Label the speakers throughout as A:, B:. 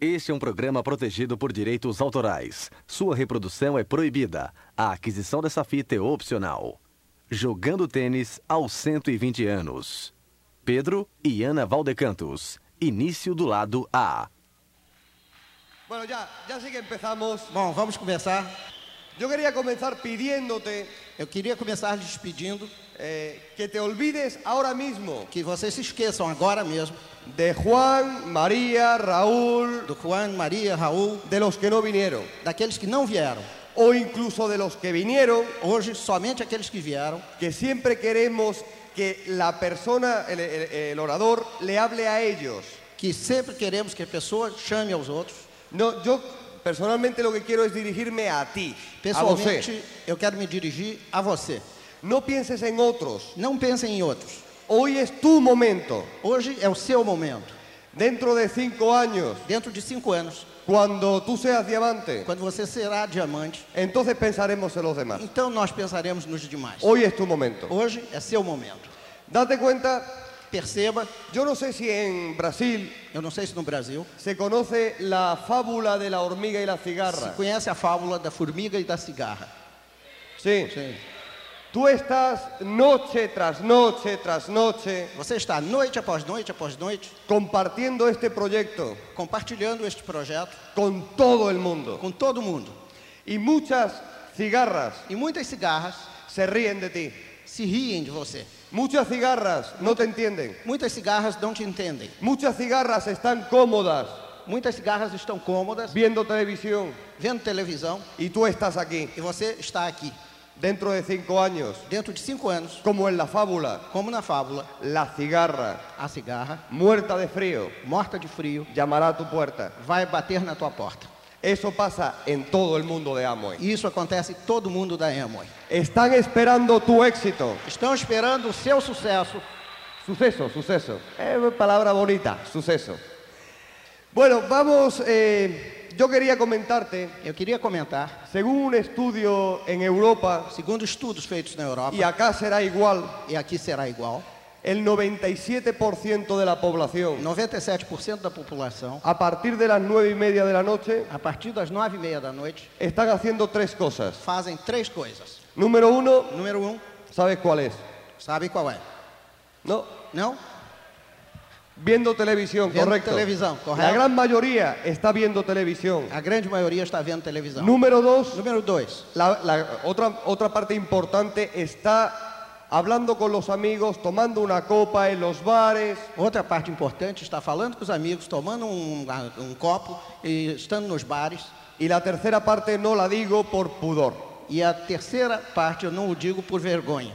A: Este é um programa protegido por direitos autorais. Sua reprodução é proibida. A aquisição dessa fita é opcional. Jogando tênis aos 120 anos. Pedro e Ana Valdecantos. Início do lado A.
B: Bueno, ya, ya sí que empezamos.
C: Bom, vamos começar.
B: Yo quería comenzar pidiéndote
C: Eu queria começar lhes pedindo
B: eh, que te olvides ahora mismo
C: que vocês se esqueçam agora mesmo
B: de Juan, María, Raúl,
C: do Juan, Maria, Raul,
B: de los que no vinieron.
C: daqueles que não vieram.
B: O incluso de los que vinieron,
C: Hoje, somente aqueles que vieram.
B: que siempre queremos que la persona, el, el- el orador, le hable a ellos.
C: que sempre queremos que a pessoa chame aos outros.
B: No, yo personalmente lo que quiero es dirigirme a ti, a vos.
C: Pessoalmente, eu quero me dirigir a você.
B: No pienses en otros.
C: Não pensem em outros.
B: Hoy es tu momento.
C: Hoje é o seu momento.
B: Dentro de cinco años,
C: Dentro de cinco anos,
B: cuando tú seas diamante,
C: quando você será diamante,
B: entonces pensaremos en los demás.
C: então nós pensaremos nos demais.
B: Hoy es tu momento.
C: Hoje é seu momento.
B: Date cuenta,
C: Perceba,
B: yo no sé si en Brasil
C: eu não sei se no Brasil
B: se conoce la fábula de la hormiga y la
C: se
B: cigarra.
C: conhece a fábula da formiga e da cigarra.
B: Sí.
C: Sim.
B: Tú estás noche tras noche tras noche
C: Você está noite após noite após noite
B: compartiendo este proyecto
C: compartilhando este projeto
B: con todo el mundo.
C: com todo mundo.
B: Y muchas cigarras
C: E muitas cigarras
B: se ríen de ti.
C: se riem de você.
B: Muchas cigarras no te entienden.
C: Muitas cigarras não te entendem.
B: Muchas cigarras están cómodas
C: Muitas cigarras estão cômodas,
B: viendo televisión
C: vendo televisão,
B: y tú estás aquí
C: e você está aqui.
B: dentro de cinco años,
C: Dentro de cinco anos,
B: como en la fábula,
C: como na fábula,
B: la cigarra
C: a cigarra,
B: muerta de frío
C: morta de frio,
B: llamará a tu puerta.
C: vai bater na tua porta.
B: Eso pasa en todo el mundo de Amway.
C: E isso acontece em todo mundo da Amway.
B: Están esperando tu éxito.
C: Estão esperando o seu sucesso.
B: Suceso, suceso. Es una palabra bonita, suceso. Bueno, vamos, eh, yo quería comentarte,
C: Eu queria comentar,
B: según un estudio en Europa,
C: segundo estudos feitos na Europa,
B: y acá será igual,
C: e aqui será igual,
B: El 97% de la población,
C: 97% da população,
B: a partir de las 9 y media de la noche,
C: a partir das nove e meia da noite,
B: están haciendo tres cosas.
C: fazem três coisas.
B: Número uno,
C: Número um,
B: ¿sabes cuál es?
C: sabe qual é?
B: No,
C: Não?
B: viendo televisión,
C: Viendo
B: correcto.
C: televisión,
B: La
C: correcto.
B: gran mayoría está viendo televisión.
C: A grande maioria está vendo televisão.
B: Número dos,
C: Número dois,
B: la, la otra, otra parte importante está hablando con los amigos, tomando una copa en los bares,
C: Outra parte importante está falando com os amigos, tomando um, um copo e estando nos bares.
B: y la tercera parte no la digo por pudor.
C: E a terceira parte eu não o digo por vergonha.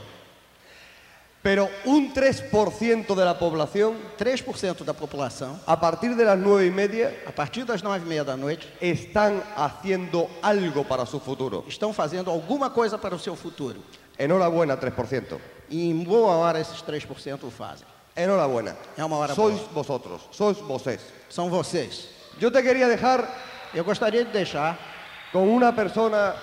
B: Pero un 3% de la población,
C: 3% da população,
B: a partir de las 9 y media,
C: a partir das 9h30 da noite,
B: están haciendo algo para su futuro.
C: estão fazendo alguma coisa para o seu futuro.
B: Enhorabuena, 3%.
C: E em boa hora esses 3% o fazem.
B: Enhorabuena.
C: É uma hora
B: sois
C: boa.
B: vosotros, sois vosés.
C: São vocês.
B: Yo te quería dejar
C: Eu gostaria de deixar
B: con una persona,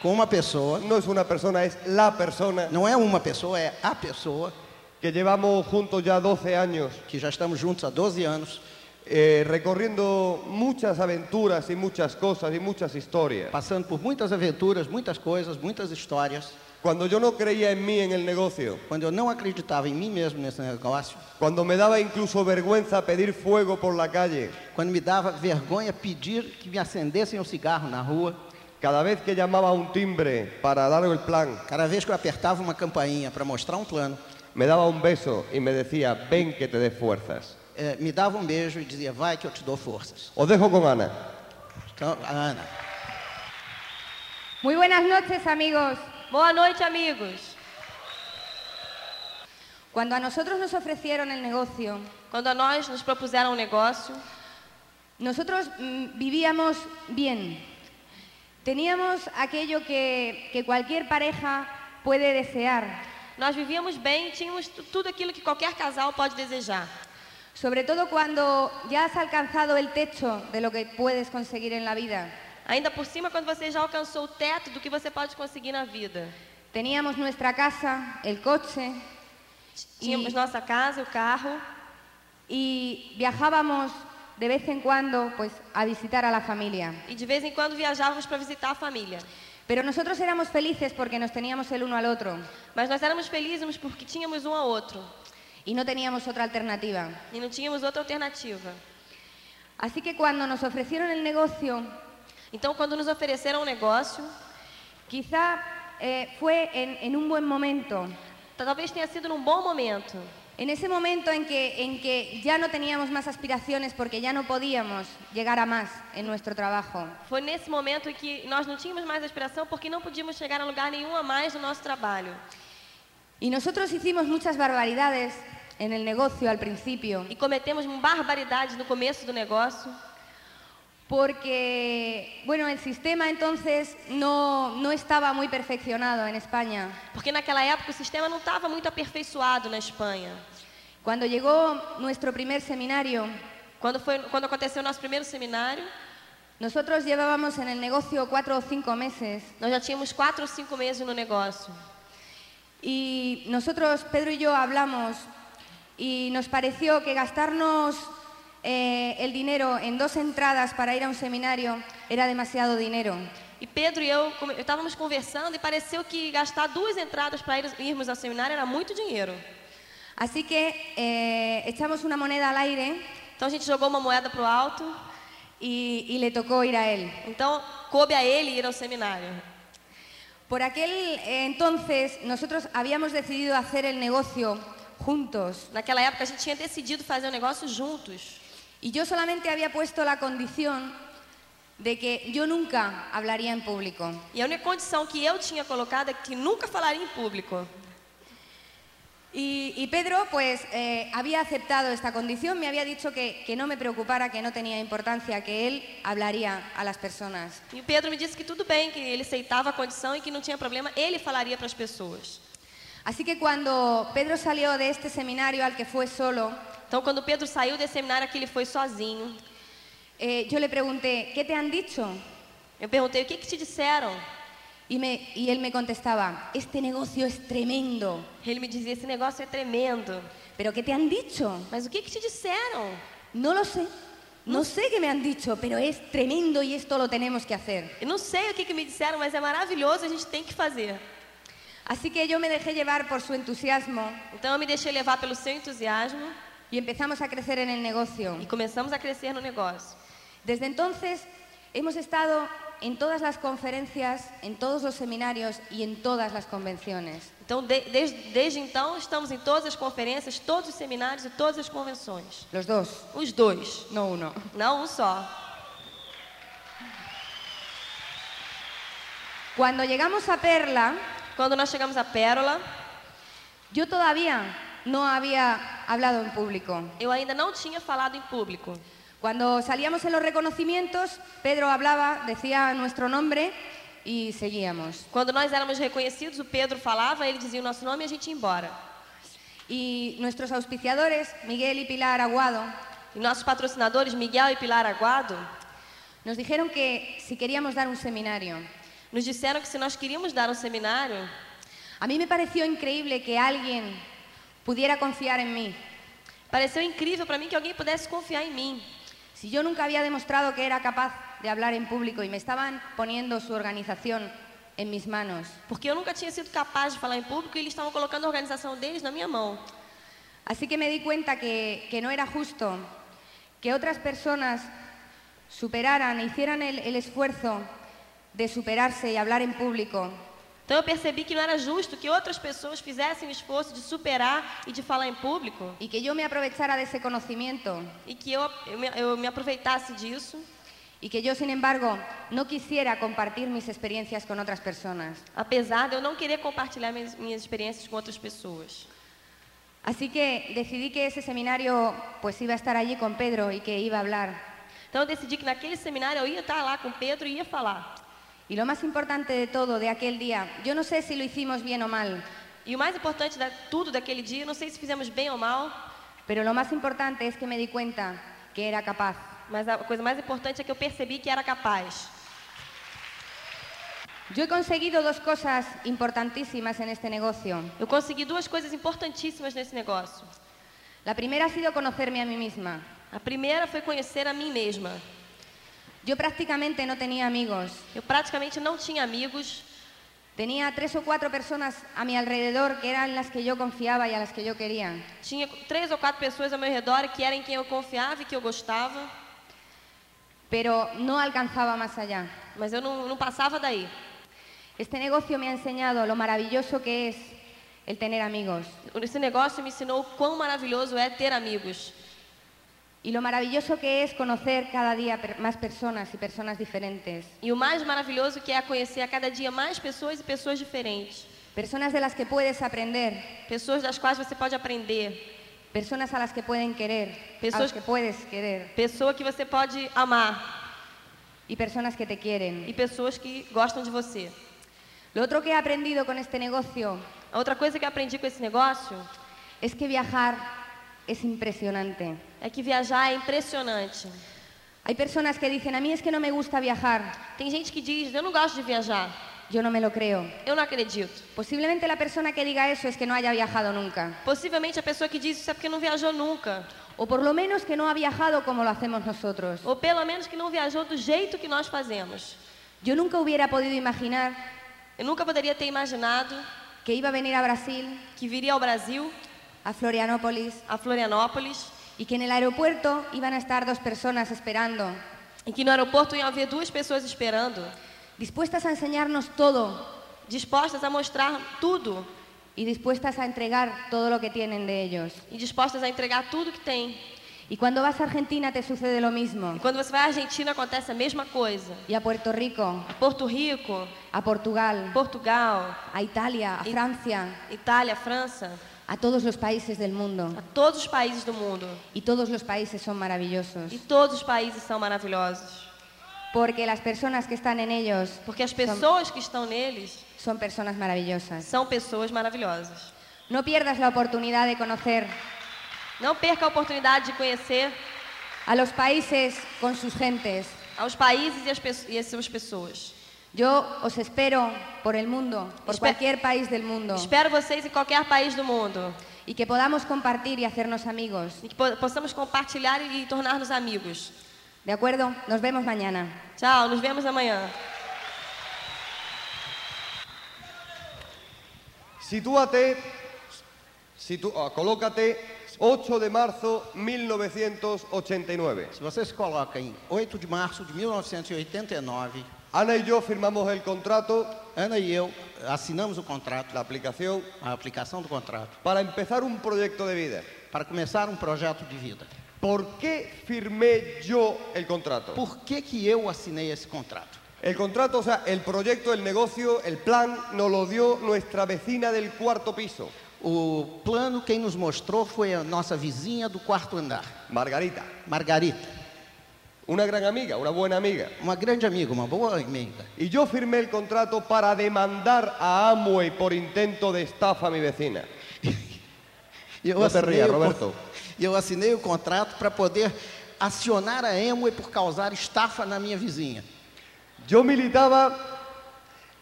C: com uma pessoa,
B: no es una persona, es la persona,
C: não é uma pessoa, é a pessoa,
B: que llevamos juntos ya 12 años,
C: que já estamos juntos há 12 anos,
B: eh, recorriendo muchas aventuras y muchas cosas y muchas historias.
C: passando por muitas aventuras, muitas coisas, muitas histórias.
B: Cuando yo no creía en mí en el negocio,
C: Quando eu não acreditava em mim mesmo nesse negócio,
B: cuando me daba incluso vergüenza pedir fuego por la calle,
C: quando me dava vergonha pedir que me acendessem um cigarro na rua,
B: cada vez que llamaba a un timbre para dar el plan,
C: cada vez que eu apertava uma campainha para mostrar um plano,
B: Me daba un beso y me decía, ven que te dé fuerzas.
C: eh, me dava um beijo e dizia, vai que eu te dou forças.
B: Os dejo con Ana.
C: Então, a Ana,
D: Muy buenas noches amigos.
E: Boa noite, amigos.
D: Cuando a nosotros nos ofrecieron el negocio,
E: Quando a nós nos propuseram um negócio,
D: nosotros mm, vivíamos bien. Teníamos aquello que, que cualquier pareja puede desear,
E: nós vivíamos bem, tínhamos tu- tudo aquilo que qualquer casal pode desejar.
D: sobre todo cuando ya has alcanzado el techo de lo que puedes conseguir en la vida.
E: Ainda por cima, quando você já alcançou o teto do que você pode conseguir na vida.
D: Teníamos nuestra casa, el coche
E: Tínhamos
D: E-
E: nossa casa, o carro,
D: y viajábamos de vez en cuando pues a visitar a la familia.
E: E de vez em quando viajávamos para visitar a família.
D: Pero nosotros éramos felices porque nos teníamos el uno al otro
E: Mas nós éramos felizes porque tínhamos um ao outro
D: y no teníamos otra alternativa.
E: e não tínhamos outra alternativa.
D: Así que cuando nos ofrecieron el negocio,
E: Então, quando nos ofereceram um negócio,
D: quizá eh, fue en, en un buen momento.
E: talvez tenha sido num bom momento.
D: En ese momento en que, en que ya no teníamos más aspiraciones porque ya no podíamos llegar a más en nuestro trabajo.
E: Foi nesse momento em que nós não tínhamos mais aspiração porque não podíamos chegar a lugar nenhum a mais no nosso trabalho.
D: Y nosotros hicimos muchas barbaridades en el negocio al principio
E: E cometemos barbaridades no começo do negócio,
D: porque, bueno, el sistema entonces no, no estaba muy perfeccionado en España.
E: porque naquela época o sistema não estava muito aperfeiçoado na Espanha.
D: Cuando llegó nuestro primer seminario,
E: Quando, foi, quando aconteceu o nosso primeiro seminário,
D: nosotros llevábamos en el negocio cuatro o cinco meses
E: nós já tínhamos quatro ou cinco meses no negócio.
D: Y nosotros, Pedro y yo, hablamos y nos pareció que gastarnos eh, el dinero en dos entradas para ir a un seminario era demasiado dinero.
E: E Pedro e eu come- estávamos conversando e pareceu que gastar duas entradas para ir- irmos ao seminário era muito dinheiro.
D: Así que eh, echamos una moneda al aire
E: Então a gente jogou uma moeda pro alto,
D: y, y le tocó ir a él.
E: então coube a ele ir ao seminário.
D: Por aquel eh, entonces nosotros habíamos decidido hacer el negocio juntos
E: Naquela época a gente tinha decidido fazer o negócio juntos.
D: y yo solamente había puesto la condición de que yo nunca hablaría en público.
E: E a única condição que eu tinha colocado é que nunca falaria em público.
D: Y, y Pedro, pues, eh, había aceptado esta condición, me había dicho que, que no me preocupara, que no tenía importancia, que él hablaría a las personas.
E: E o Pedro me disse que tudo bem, que ele aceitava a condição e que não tinha problema, ele falaria para as pessoas.
D: Así que cuando Pedro salió de este seminario al que fue solo,
E: Então quando o Pedro saiu desse seminário aqui, ele foi sozinho.
D: eh, yo le pregunté, ¿qué te han dicho?
E: Eu perguntei, o que, que te disseram?
D: Y, me- y él me contestaba, este negocio es tremendo.
E: Ele me dizia, esse negócio é tremendo.
D: ¿Pero qué te han dicho?
E: Mas o que, que te disseram?
D: No lo sé. No sé qué me han dicho, pero es tremendo y esto lo tenemos que hacer.
E: Eu não sei o que, que me disseram, mas é maravilhoso, a gente tem que fazer.
D: Así que yo me dejé llevar por su entusiasmo
E: Então eu me deixei levar pelo seu entusiasmo
D: y empezamos a crecer en el negocio.
E: e começamos a crescer no negócio.
D: Desde entonces hemos estado en todas las conferencias, en todos los seminarios y en todas las convenciones.
E: Então, de- desde, desde então, estamos em todas as conferências, todos os seminários e todas as convenções.
D: Los dos,
E: Os dois,
D: no uno.
E: não um só.
D: Cuando llegamos a Perla,
E: Quando nós chegamos à Pérola,
D: yo todavía no había hablado en público.
E: eu ainda não tinha falado em público.
D: Cuando salíamos en los reconocimientos, Pedro hablaba, decía nuestro nombre y seguíamos.
E: Quando nós éramos reconhecidos, o Pedro falava, ele dizia o nosso nome e a gente ia embora.
D: Y nuestros auspiciadores, Miguel y Pilar Aguado,
E: E nossos patrocinadores, Miguel e Pilar Aguado,
D: nos dijeron que si queríamos dar un seminario,
E: nos disseram que se nós queríamos dar um seminário,
D: A mí me pareció increíble que alguien pudiera confiar en mí.
E: pareceu incrível para mim que alguém pudesse confiar em mim.
D: Si yo nunca había demostrado que era capaz de hablar en público y me estaban poniendo su organización en mis manos.
E: Porque eu nunca tinha sido capaz de falar em público e eles estavam colocando a organização deles na minha mão.
D: Así que me di cuenta que, que no era justo que otras personas superaran, hicieran el, el esfuerzo de superarse y hablar en público
E: Então eu percebi que não era justo que outras pessoas fizessem o esforço de superar e de falar em público
D: y que yo me aprovechara de esse conocimiento
E: e que eu, eu, me, eu me aproveitasse disso,
D: y que yo, sin embargo, no quisiera compartir mis experiencias con otras personas.
E: apesar de eu não querer compartilhar minhas, minhas experiências com outras pessoas.
D: Así que decidí que ese seminario pues iba a estar allí con Pedro y que iba a hablar.
E: Então eu decidi que naquele seminário eu ia estar lá com Pedro e ia falar.
D: Y lo más importante de todo, de aquel día, yo no sé si lo hicimos bien o mal,
E: E o mais importante de tudo daquele dia, não sei se fizemos bem ou mal,
D: pero lo más importante es que me di cuenta que era capaz.
E: mas a coisa mais importante é que eu percebi que era capaz.
D: Yo he conseguido dos cosas importantísimas en este negocio.
E: Eu consegui duas coisas importantíssimas nesse negócio.
D: La primera ha sido conocerme a mí misma.
E: A primeira foi conhecer a mim mesma.
D: Yo prácticamente no tenía amigos.
E: Eu praticamente não tinha amigos.
D: Tenía tres o cuatro personas a mi alrededor que eran las que yo confiaba y a las que yo quería.
E: Tinha três ou quatro pessoas ao meu redor que eram em quem eu confiava e que eu gostava,
D: Pero no alcanzaba más allá.
E: mas eu não, não passava daí.
D: Este negocio me ha enseñado lo maravilloso que es el tener amigos
E: Esse negócio me ensinou o quão maravilhoso é ter amigos
D: y lo maravilloso que es conocer cada día per- más personas y personas diferentes.
E: e o mais maravilhoso que é conhecer a cada dia mais pessoas e pessoas diferentes,
D: Personas de las que puedes aprender,
E: pessoas das quais você pode aprender,
D: personas a las que pueden querer, a las
E: Personas-
D: que puedes querer
E: pessoa que você pode amar
D: y personas que te
E: e
D: quieren.
E: pessoas que gostam de você.
D: Lo otro que he aprendido con este negocio
E: A outra coisa que eu aprendi com esse negócio
D: es que viajar es impresionante.
E: é que viajar é impressionante.
D: Hay personas que dicen, a mí es que no me gusta viajar,
E: Tem gente que diz: "Eu não gosto de viajar".
D: yo no me lo creo.
E: Eu não acredito.
D: Posiblemente la persona que diga eso es que no haya viajado nunca.
E: Possivelmente a pessoa que diz isso é porque não viajou nunca,
D: O por lo menos que no ha viajado como lo hacemos nosotros.
E: ou pelo menos que não viajou do jeito que nós fazemos.
D: Yo nunca hubiera podido imaginar
E: Eu nunca poderia ter imaginado
D: que iba a venir a Brasil,
E: que viria ao Brasil,
D: a Florianópolis,
E: a Florianópolis,
D: y que en el aeropuerto iban a estar dos personas esperando,
E: e que no aeroporto iam haver duas pessoas esperando,
D: dispuestas a enseñarnos todo
E: dispostas a mostrar tudo
D: y dispuestas a entregar todo lo que tienen de ellos.
E: e dispostas a entregar tudo que tem.
D: Y cuando vas a Argentina te sucede lo mismo,
E: E quando você vai à Argentina acontece a mesma coisa.
D: y a Puerto Rico,
E: Porto Rico,
D: a Portugal,
E: Portugal,
D: a Italia, a
E: Y-
D: Francia,
E: Itália, França,
D: a todos los países del mundo.
E: a todos os países do mundo.
D: Y todos los países son maravillosos,
E: E todos os países são maravilhosos,
D: porque las personas que están en ellos
E: porque as
D: son-
E: pessoas que estão neles
D: son personas maravillosas.
E: são pessoas maravilhosas.
D: No pierdas la oportunidad de conocer
E: Não perca a oportunidade de conhecer
D: a los países con sus gentes.
E: aos países e as, pe- e as suas pessoas.
D: Yo os espero por el mundo, por
E: Espe-
D: cualquier país del mundo,
E: Espero vocês em qualquer país do mundo
D: y que podamos compartir y hacernos amigos.
E: e que po- possamos compartilhar e tornar-nos amigos.
D: ¿De acuerdo? Nos vemos mañana.
E: Tchau, nos vemos amanhã.
B: Sitúate, situ- ah, colócate 8 de marzo 1989.
C: Se você se coloca em 8 de março de 1989,
B: Ana y yo firmamos el contrato,
C: Ana e eu assinamos o contrato,
B: la aplicação,
C: a aplicação do contrato,
B: para empezar un proyecto de vida.
C: para começar um projeto de vida.
B: ¿Por qué firmé yo el contrato?
C: Por que, que eu assinei esse contrato?
B: El contrato, o sea, el proyecto, el negocio, el plan, nos lo dio nuestra vecina del cuarto piso,
C: O plano quem nos mostrou foi a nossa vizinha do quarto andar,
B: Margarita.
C: Margarita.
B: Una gran amiga, una buena amiga.
C: Uma grande amiga, uma boa amiga.
B: Y yo firmé el contrato para demandar a Amway por intento de estafa a mi vecina.
C: E Eu
B: Não te ria,
C: o con-
B: Roberto.
C: e eu assinei o contrato para poder acionar a Emue por causar estafa na minha vizinha.
B: Yo militaba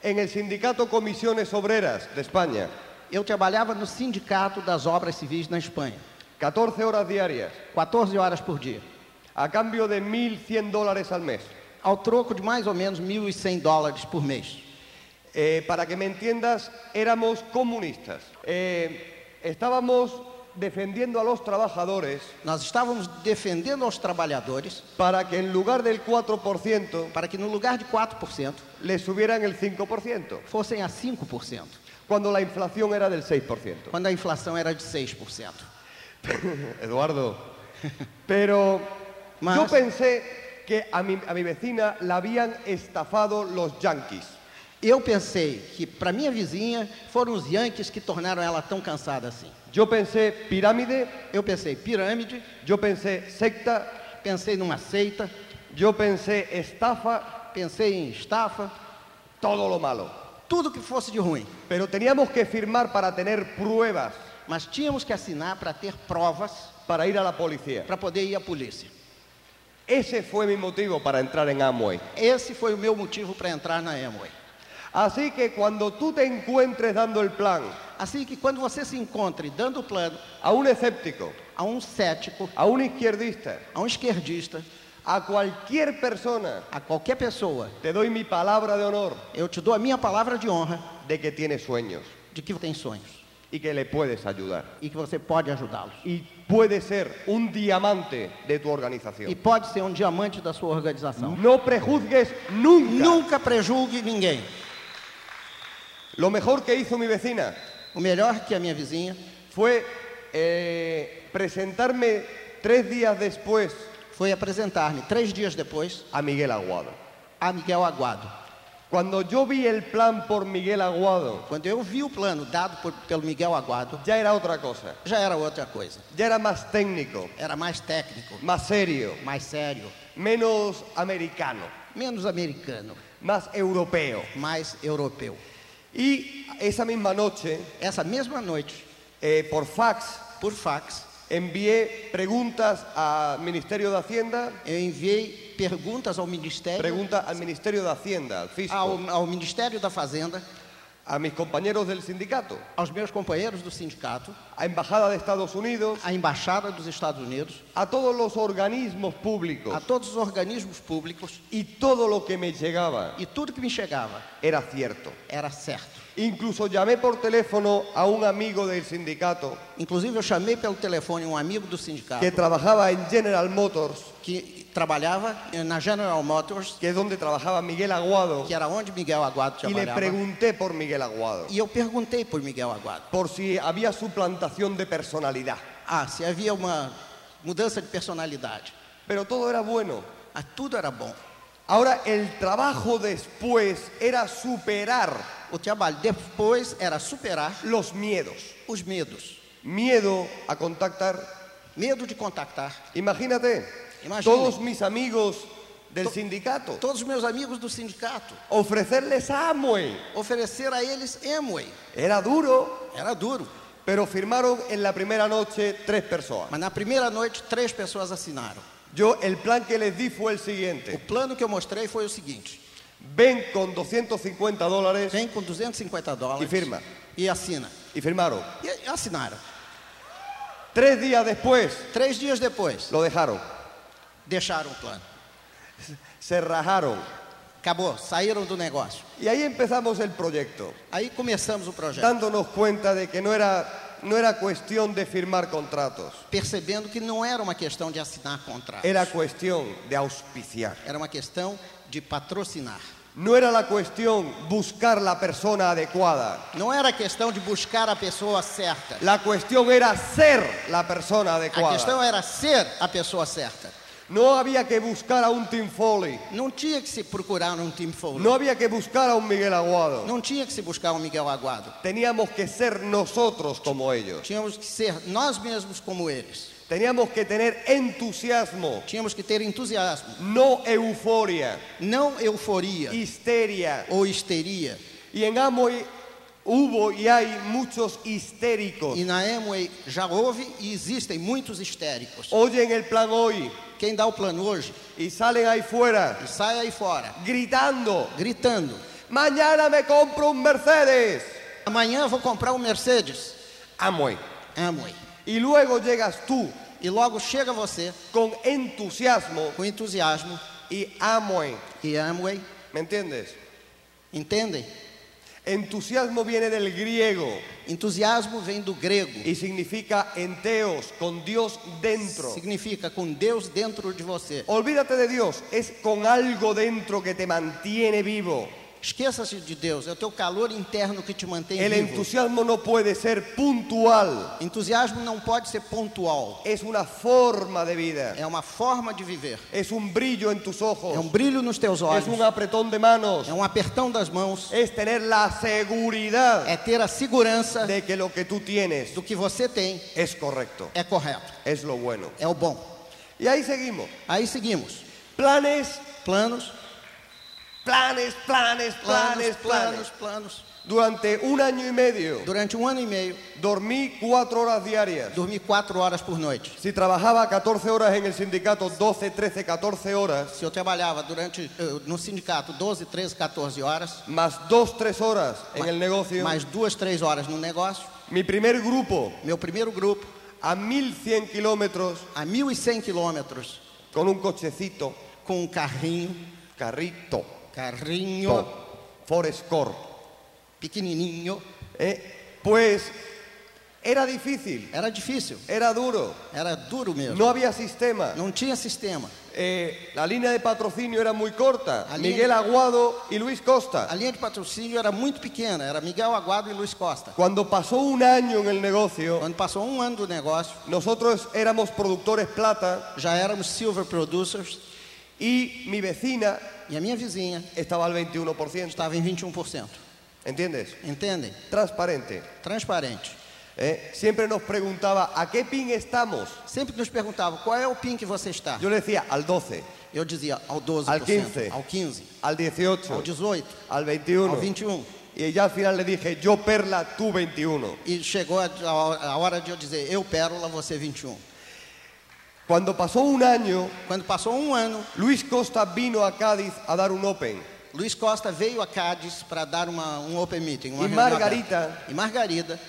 B: en el sindicato Comisiones Obreras de España,
C: Eu trabalhava no Sindicato das Obras Civis na Espanha,
B: 14 horas diarias,
C: 14 horas por dia,
B: a cambio de 1.100 dólares al mes.
C: ao troco de mais ou menos 1.100 dólares por mês.
B: Eh, para que me entiendas, éramos comunistas. Eh, estábamos defendiendo a los trabajadores
C: Nós estávamos defendendo aos trabalhadores
B: para que en lugar del 4%
C: para que no lugar de 4%
B: les subieran el 5%,
C: fossem a 5%,
B: cuando la inflación era del 6%.
C: quando a inflação era de 6%.
B: Eduardo. Pero
C: Más.
B: yo pensé que a mi, a mi vecina la habían estafado los yanquis.
C: Eu pensei que para minha vizinha foram os Yankees que tornaram ela tão cansada assim.
B: Yo pensé pirámide,
C: Eu pensei pirâmide,
B: yo pensé secta,
C: pensei numa seita,
B: yo pensé estafa,
C: pensei em estafa,
B: todo lo malo.
C: tudo que fosse de ruim.
B: Pero teníamos que firmar para tener pruebas
C: Mas tínhamos que assinar para ter provas
B: para ir a la policía.
C: para poder ir à polícia.
B: Ese fue mi motivo para entrar en Amway.
C: Esse foi o meu motivo para entrar na Amway.
B: Así que cuando tú te encuentres dando el plan
C: Assim que quando você se encontre dando o plano
B: a un escéptico,
C: a um cético,
B: a un izquierdista,
C: a um esquerdista,
B: a cualquier persona,
C: a qualquer pessoa,
B: te doy mi palabra de honor
C: eu te dou a minha palavra de honra
B: de que tienes sueños
C: de que tem sonhos
B: y que le puedes ayudar.
C: e que você pode ajudá-los.
B: Y puede ser un diamante de tu
C: E
B: organización.
C: pode ser um diamante da sua organização.
B: No prejuzgues nunca.
C: Nunca prejulgue ninguém.
B: Lo mejor que hizo mi vecina
C: O melhor que a minha vizinha
B: fue eh, presentarme tres días después
C: foi apresentar-me, três dias depois,
B: a Miguel Aguado.
C: a Miguel Aguado.
B: Cuando yo vi el plan por Miguel Aguado,
C: Quando eu vi o plano dado por- pelo Miguel Aguado,
B: ya era otra cosa.
C: já era outra coisa.
B: Ya era más técnico,
C: Era mais técnico,
B: más serio,
C: mais sério,
B: menos americano,
C: menos americano,
B: más europeo.
C: mais europeu.
B: Y esa misma noche,
C: Essa mesma noite,
B: eh, por fax,
C: por fax,
B: envié preguntas al Ministerio de Hacienda,
C: eu enviei perguntas ao Ministério,
B: preguntas al Ministerio de Hacienda, al fisco,
C: ao, ao Ministério da Fazenda,
B: a mis compañeros del sindicato,
C: aos meus companheiros do sindicato,
B: a Embajada de Estados Unidos,
C: à Embaixada dos Estados Unidos,
B: a todos los organismos
C: a
B: públicos.
C: todos os organismos públicos,
B: Y todo lo que me llegaba
C: e tudo que me chegava
B: era cierto.
C: era certo.
B: Incluso llamé por teléfono a un amigo del sindicato
C: Inclusive, eu chamei pelo telefone um amigo do sindicato
B: que trabajaba en General Motors,
C: que trabalhava eh, na General Motors,
B: que es donde trabajaba Miguel Aguado,
C: que era onde Miguel Aguado
B: y le
C: trabalhava.
B: pregunté por Miguel Aguado,
C: E eu perguntei por Miguel Aguado,
B: por si había suplantación de personalidad.
C: ah, se havia uma mudança de personalidade.
B: Pero todo era bueno.
C: Ah, tudo era bom.
B: Ahora el trabajo después era superar
C: O trabalho depois era superar
B: los miedos.
C: os medos.
B: Miedo a contactar.
C: Medo de contactar.
B: Imagínate,
C: Imagínate.
B: todos mis amigos del sindicato,
C: Todos os meus amigos do sindicato,
B: ofrecerles a Amway.
C: oferecer a eles Amway.
B: Era duro,
C: Era duro.
B: pero firmaron en la primera noche tres personas.
C: Mas na primeira noite, três pessoas assinaram.
B: Yo el plan que les di fue el
C: O
B: siguiente.
C: plano que eu mostrei foi o seguinte:
B: Ven com 250 dólares
C: vem com 250 dólares
B: E firma.
C: e assina.
B: y firmaron.
C: E assinaram.
B: Tres días después
C: Três dias depois,
B: lo dejaron.
C: deixaram o plano.
B: Se rajaron.
C: Acabou, saíram do negócio.
B: Y ahí empezamos el proyecto,
C: Aí começamos o projeto,
B: dándonos cuenta de que no era, no era cuestión de firmar contratos,
C: percebendo que não era uma questão de assinar contratos.
B: era cuestión de auspiciar.
C: Era uma questão de patrocinar.
B: No era la cuestión buscar la persona adecuada,
C: Não era questão de buscar a pessoa certa.
B: la cuestión era ser la persona
C: A questão
B: adecuada.
C: era ser a pessoa certa.
B: No había que buscar a un Tim Foley,
C: Não tinha que se procurar um Tim Foley.
B: no había que buscar a un Miguel Aguado.
C: Não tinha que se buscar um Miguel Aguado.
B: Teníamos que ser nosotros como ellos.
C: Tínhamos que ser nós mesmos como eles.
B: Teníamos que tener entusiasmo,
C: Tínhamos que ter entusiasmo,
B: no euforia,
C: não euforia
B: histeria,
C: ou histeria.
B: Y en Amoy hubo y hay muchos histéricos.
C: E na Amway já houve e existem muitos histéricos.
B: Oyen el plan hoy
C: Quem dá o plano hoje
B: y salen ahí fuera
C: e sai aí fora,
B: gritando,
C: gritando:
B: mañana me compro un Mercedes.
C: amanhã vou comprar um Mercedes.
B: Amway.
C: Amway.
B: Y luego llegas tú
C: E logo chega você
B: con entusiasmo
C: com entusiasmo
B: y Amway.
C: e Amway,
B: ¿Me entiendes?
C: entendem?
B: Entusiasmo viene del griego
C: Entusiasmo vem do grego,
B: y significa enteos, con Dios dentro.
C: significa com Deus dentro de você.
B: Olvídate de Dios, es con algo dentro que te mantiene vivo.
C: Esqueça-se de Deus, é o teu calor interno que te mantém
B: El
C: vivo.
B: entusiasmo no puede ser puntual.
C: Entusiasmo não pode ser pontual,
B: es una forma de vida,
C: é uma forma de viver.
B: es un brillo en tus ojos,
C: É um brilho nos teus
B: es
C: olhos,
B: un apretón de manos,
C: é um apertão das mãos,
B: es tener la seguridad
C: é ter a segurança
B: de que lo que tú tienes
C: do que você tem
B: es correcto,
C: é correto,
B: es lo bueno.
C: é o bom.
B: Y ahí seguimos.
C: Aí seguimos.
B: Planes
C: Planos
B: Planes, planes, planes,
C: Planos, planos,
B: planes.
C: planos.
B: Durante un año y medio
C: Durante um ano e meio,
B: dormí cuatro horas diarias.
C: dormi quatro horas por noite.
B: Si trabajaba 14 horas en el sindicato, 12, 13, 14 horas,
C: Se eu trabalhava durante eh, no sindicato 12, 13, 14 horas,
B: más 2, 3 horas en el negocio,
C: mais duas, três horas no negócio,
B: mi primer grupo
C: meu primeiro grupo,
B: a 1100 kilómetros
C: a 1.100 quilômetros,
B: con un cochecito,
C: com um carrinho,
B: carrito,
C: carrinho
B: to, Forest Corp.
C: pequenininho,
B: Eh, Pues era difícil,
C: era difícil,
B: era duro,
C: era duro mesmo.
B: no había sistema.
C: Não tinha sistema.
B: Eh, la línea de patrocinio era muy corta.
C: La línea-
B: Miguel Aguado y Luis Costa.
C: A linha de patrocínio era muito pequena, era Miguel Aguado e Luiz Costa.
B: Cuando pasó un año en el negocio,
C: Quando passou um ano do negócio,
B: nosotros éramos productores plata
C: já éramos silver producers
B: y mi vecina
C: e a minha vizinha
B: estaba al 21%.
C: estava em 21%.
B: ¿Entiendes?
C: Entendem?
B: Transparente.
C: Transparente.
B: eh. Siempre nos preguntaba, ¿a qué pin estamos?
C: Sempre nos perguntavam qual é o PIN que você está.
B: Yo le decía, al 12,
C: Eu dizia ao 12%,
B: Ao 15.
C: ao 15,
B: al 18,
C: ao 18,
B: al 21.
C: ao 21.
B: Y ya al final le dije, yo perla, tú 21.
C: E chegou a, a hora- a hora de eu dizer, eu pérola, você é 21.
B: Cuando pasó un año,
C: Quando passou um ano,
B: Luis Costa vino a Cádiz a dar un Open.
C: Luiz Costa veio a Cádiz para dar uma, um open meeting. Uma
B: E
C: reunião
B: Margarida?
C: aberta. E Margarida,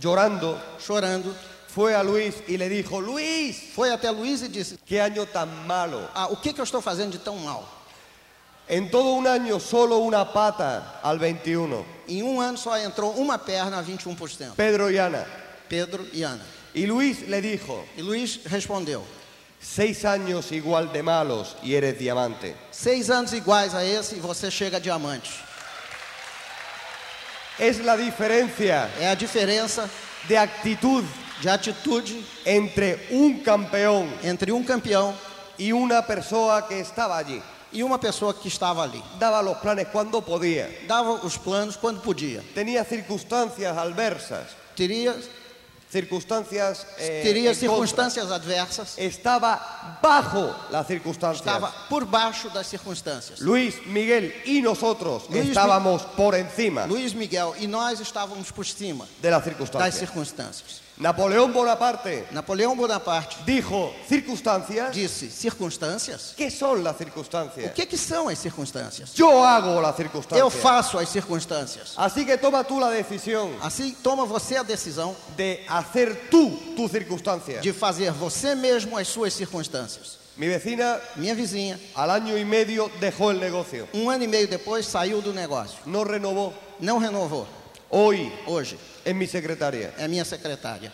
B: Llorando,
C: chorando,
B: fue a Luis y le dijo, Luis,
C: foi até Luiz e disse,
B: qué año tan malo.
C: ah, o que, que eu estou fazendo de tão mal?
B: En todo un año solo una pata al 21.
C: Em um ano só entrou uma perna a 21%,
B: Pedro y Ana.
C: Pedro e Ana.
B: Y Luis le dijo,
C: E Luiz respondeu,
B: seis años igual de malos y eres diamante.
C: seis anos iguais a esse e você chega a diamante.
B: Es la diferencia
C: É a diferença
B: de actitud
C: de atitude
B: entre un campeón
C: entre um campeão
B: y una persona que estaba allí.
C: e uma pessoa que estava ali.
B: Daba los planes cuando podía.
C: Dava os planos quando podia.
B: Tenía circunstancias adversas,
C: Teria,
B: circunstancias... eh,
C: teria
B: en contra.
C: circunstâncias adversas.
B: Estaba bajo las circunstancias.
C: Estava por baixo das circunstâncias.
B: Luis, Miguel y nosotros
C: Luis, Mi-
B: estábamos por encima
C: Luiz Miguel e nós estávamos por cima
B: de las
C: das
B: circunstancias.
C: circunstâncias.
B: Napoleón Bonaparte
C: Napoleão Bonaparte
B: dijo, circunstancias,
C: disse: circunstâncias?
B: ¿quê son las
C: O
B: circunstancias?
C: que, que são as circunstâncias?
B: Yo hago las
C: Eu
B: circunstancias.
C: faço as circunstâncias.
B: Así que toma tú la decisión
C: Assim, toma você a decisão
B: de hacer tú tus circunstancias.
C: de fazer você mesmo as suas circunstâncias.
B: Mi vecina
C: Minha vizinha,
B: al año y medio dejó el negocio,
C: um ano e meio depois, saiu do negócio.
B: no renovó.
C: Não renovou.
B: Hoy
C: Hoje
B: es mi secretaria.
C: é minha secretária.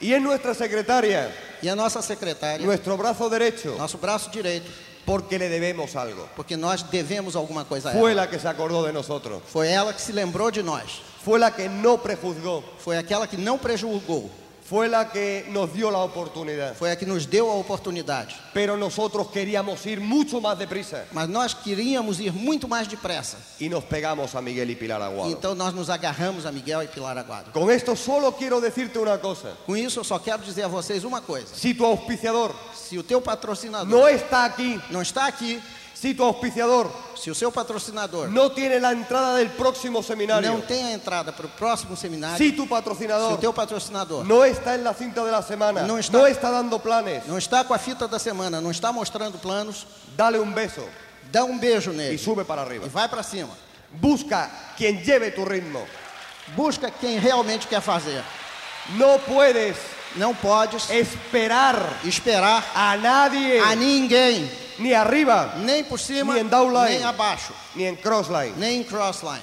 B: Y es nuestra secretaria,
C: E a nossa secretária,
B: nuestro brazo derecho,
C: nosso braço direito,
B: porque le debemos algo.
C: porque nós devemos alguma coisa a
B: Fue
C: ela.
B: la que se acordó de nosotros.
C: Foi ela que se lembrou de nós.
B: Fue la que no prejuzgó.
C: Foi aquela que não prejulgou.
B: Fue la que nos dio la oportunidad.
C: Foi a que nos deu a oportunidade.
B: Pero nosotros queríamos ir mucho más deprisa.
C: Mas nós queríamos ir muito mais depressa.
B: Y nos pegamos a Miguel y Pilar Aguado.
C: Então nós nos agarramos a Miguel e Pilar Aguado.
B: Con esto solo quiero decirte una cosa.
C: Com isso, eu só quero dizer a vocês uma coisa.
B: Si tu auspiciador
C: Se o teu patrocinador
B: no está aquí,
C: não está aqui,
B: si tu auspiciador
C: se o seu patrocinador
B: no tiene la entrada del próximo
C: não
B: seminario,
C: tem a entrada para o próximo seminário,
B: si tu
C: se o
B: patrocinador
C: teu patrocinador
B: no está en la cinta de la semana,
C: No
B: no
C: está-
B: está, dando planes,
C: não está com a fita da semana, não está mostrando planos,
B: dale un beso
C: dá um beijo
B: y
C: nele
B: sube para arriba.
C: e vai para cima.
B: Busca quien lleve tu ritmo.
C: Busca quem realmente quer fazer.
B: No puedes
C: Não podes
B: esperar
C: esperar
B: a nadie,
C: a ninguém,
B: ni arriba,
C: nem por cima,
B: Nem downline.
C: nem abaixo,
B: ni en crossline.
C: nem em crossline.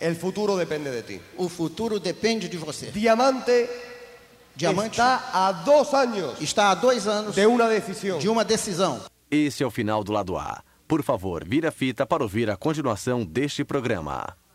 B: El futuro depende de ti.
C: O futuro depende de você.
B: Diamante
C: Diamante
B: está a dos años
C: está há dois anos
B: de una decisión.
C: de uma decisão.
A: Este é o final do lado A. Por favor, vira a fita para ouvir a continuação deste programa.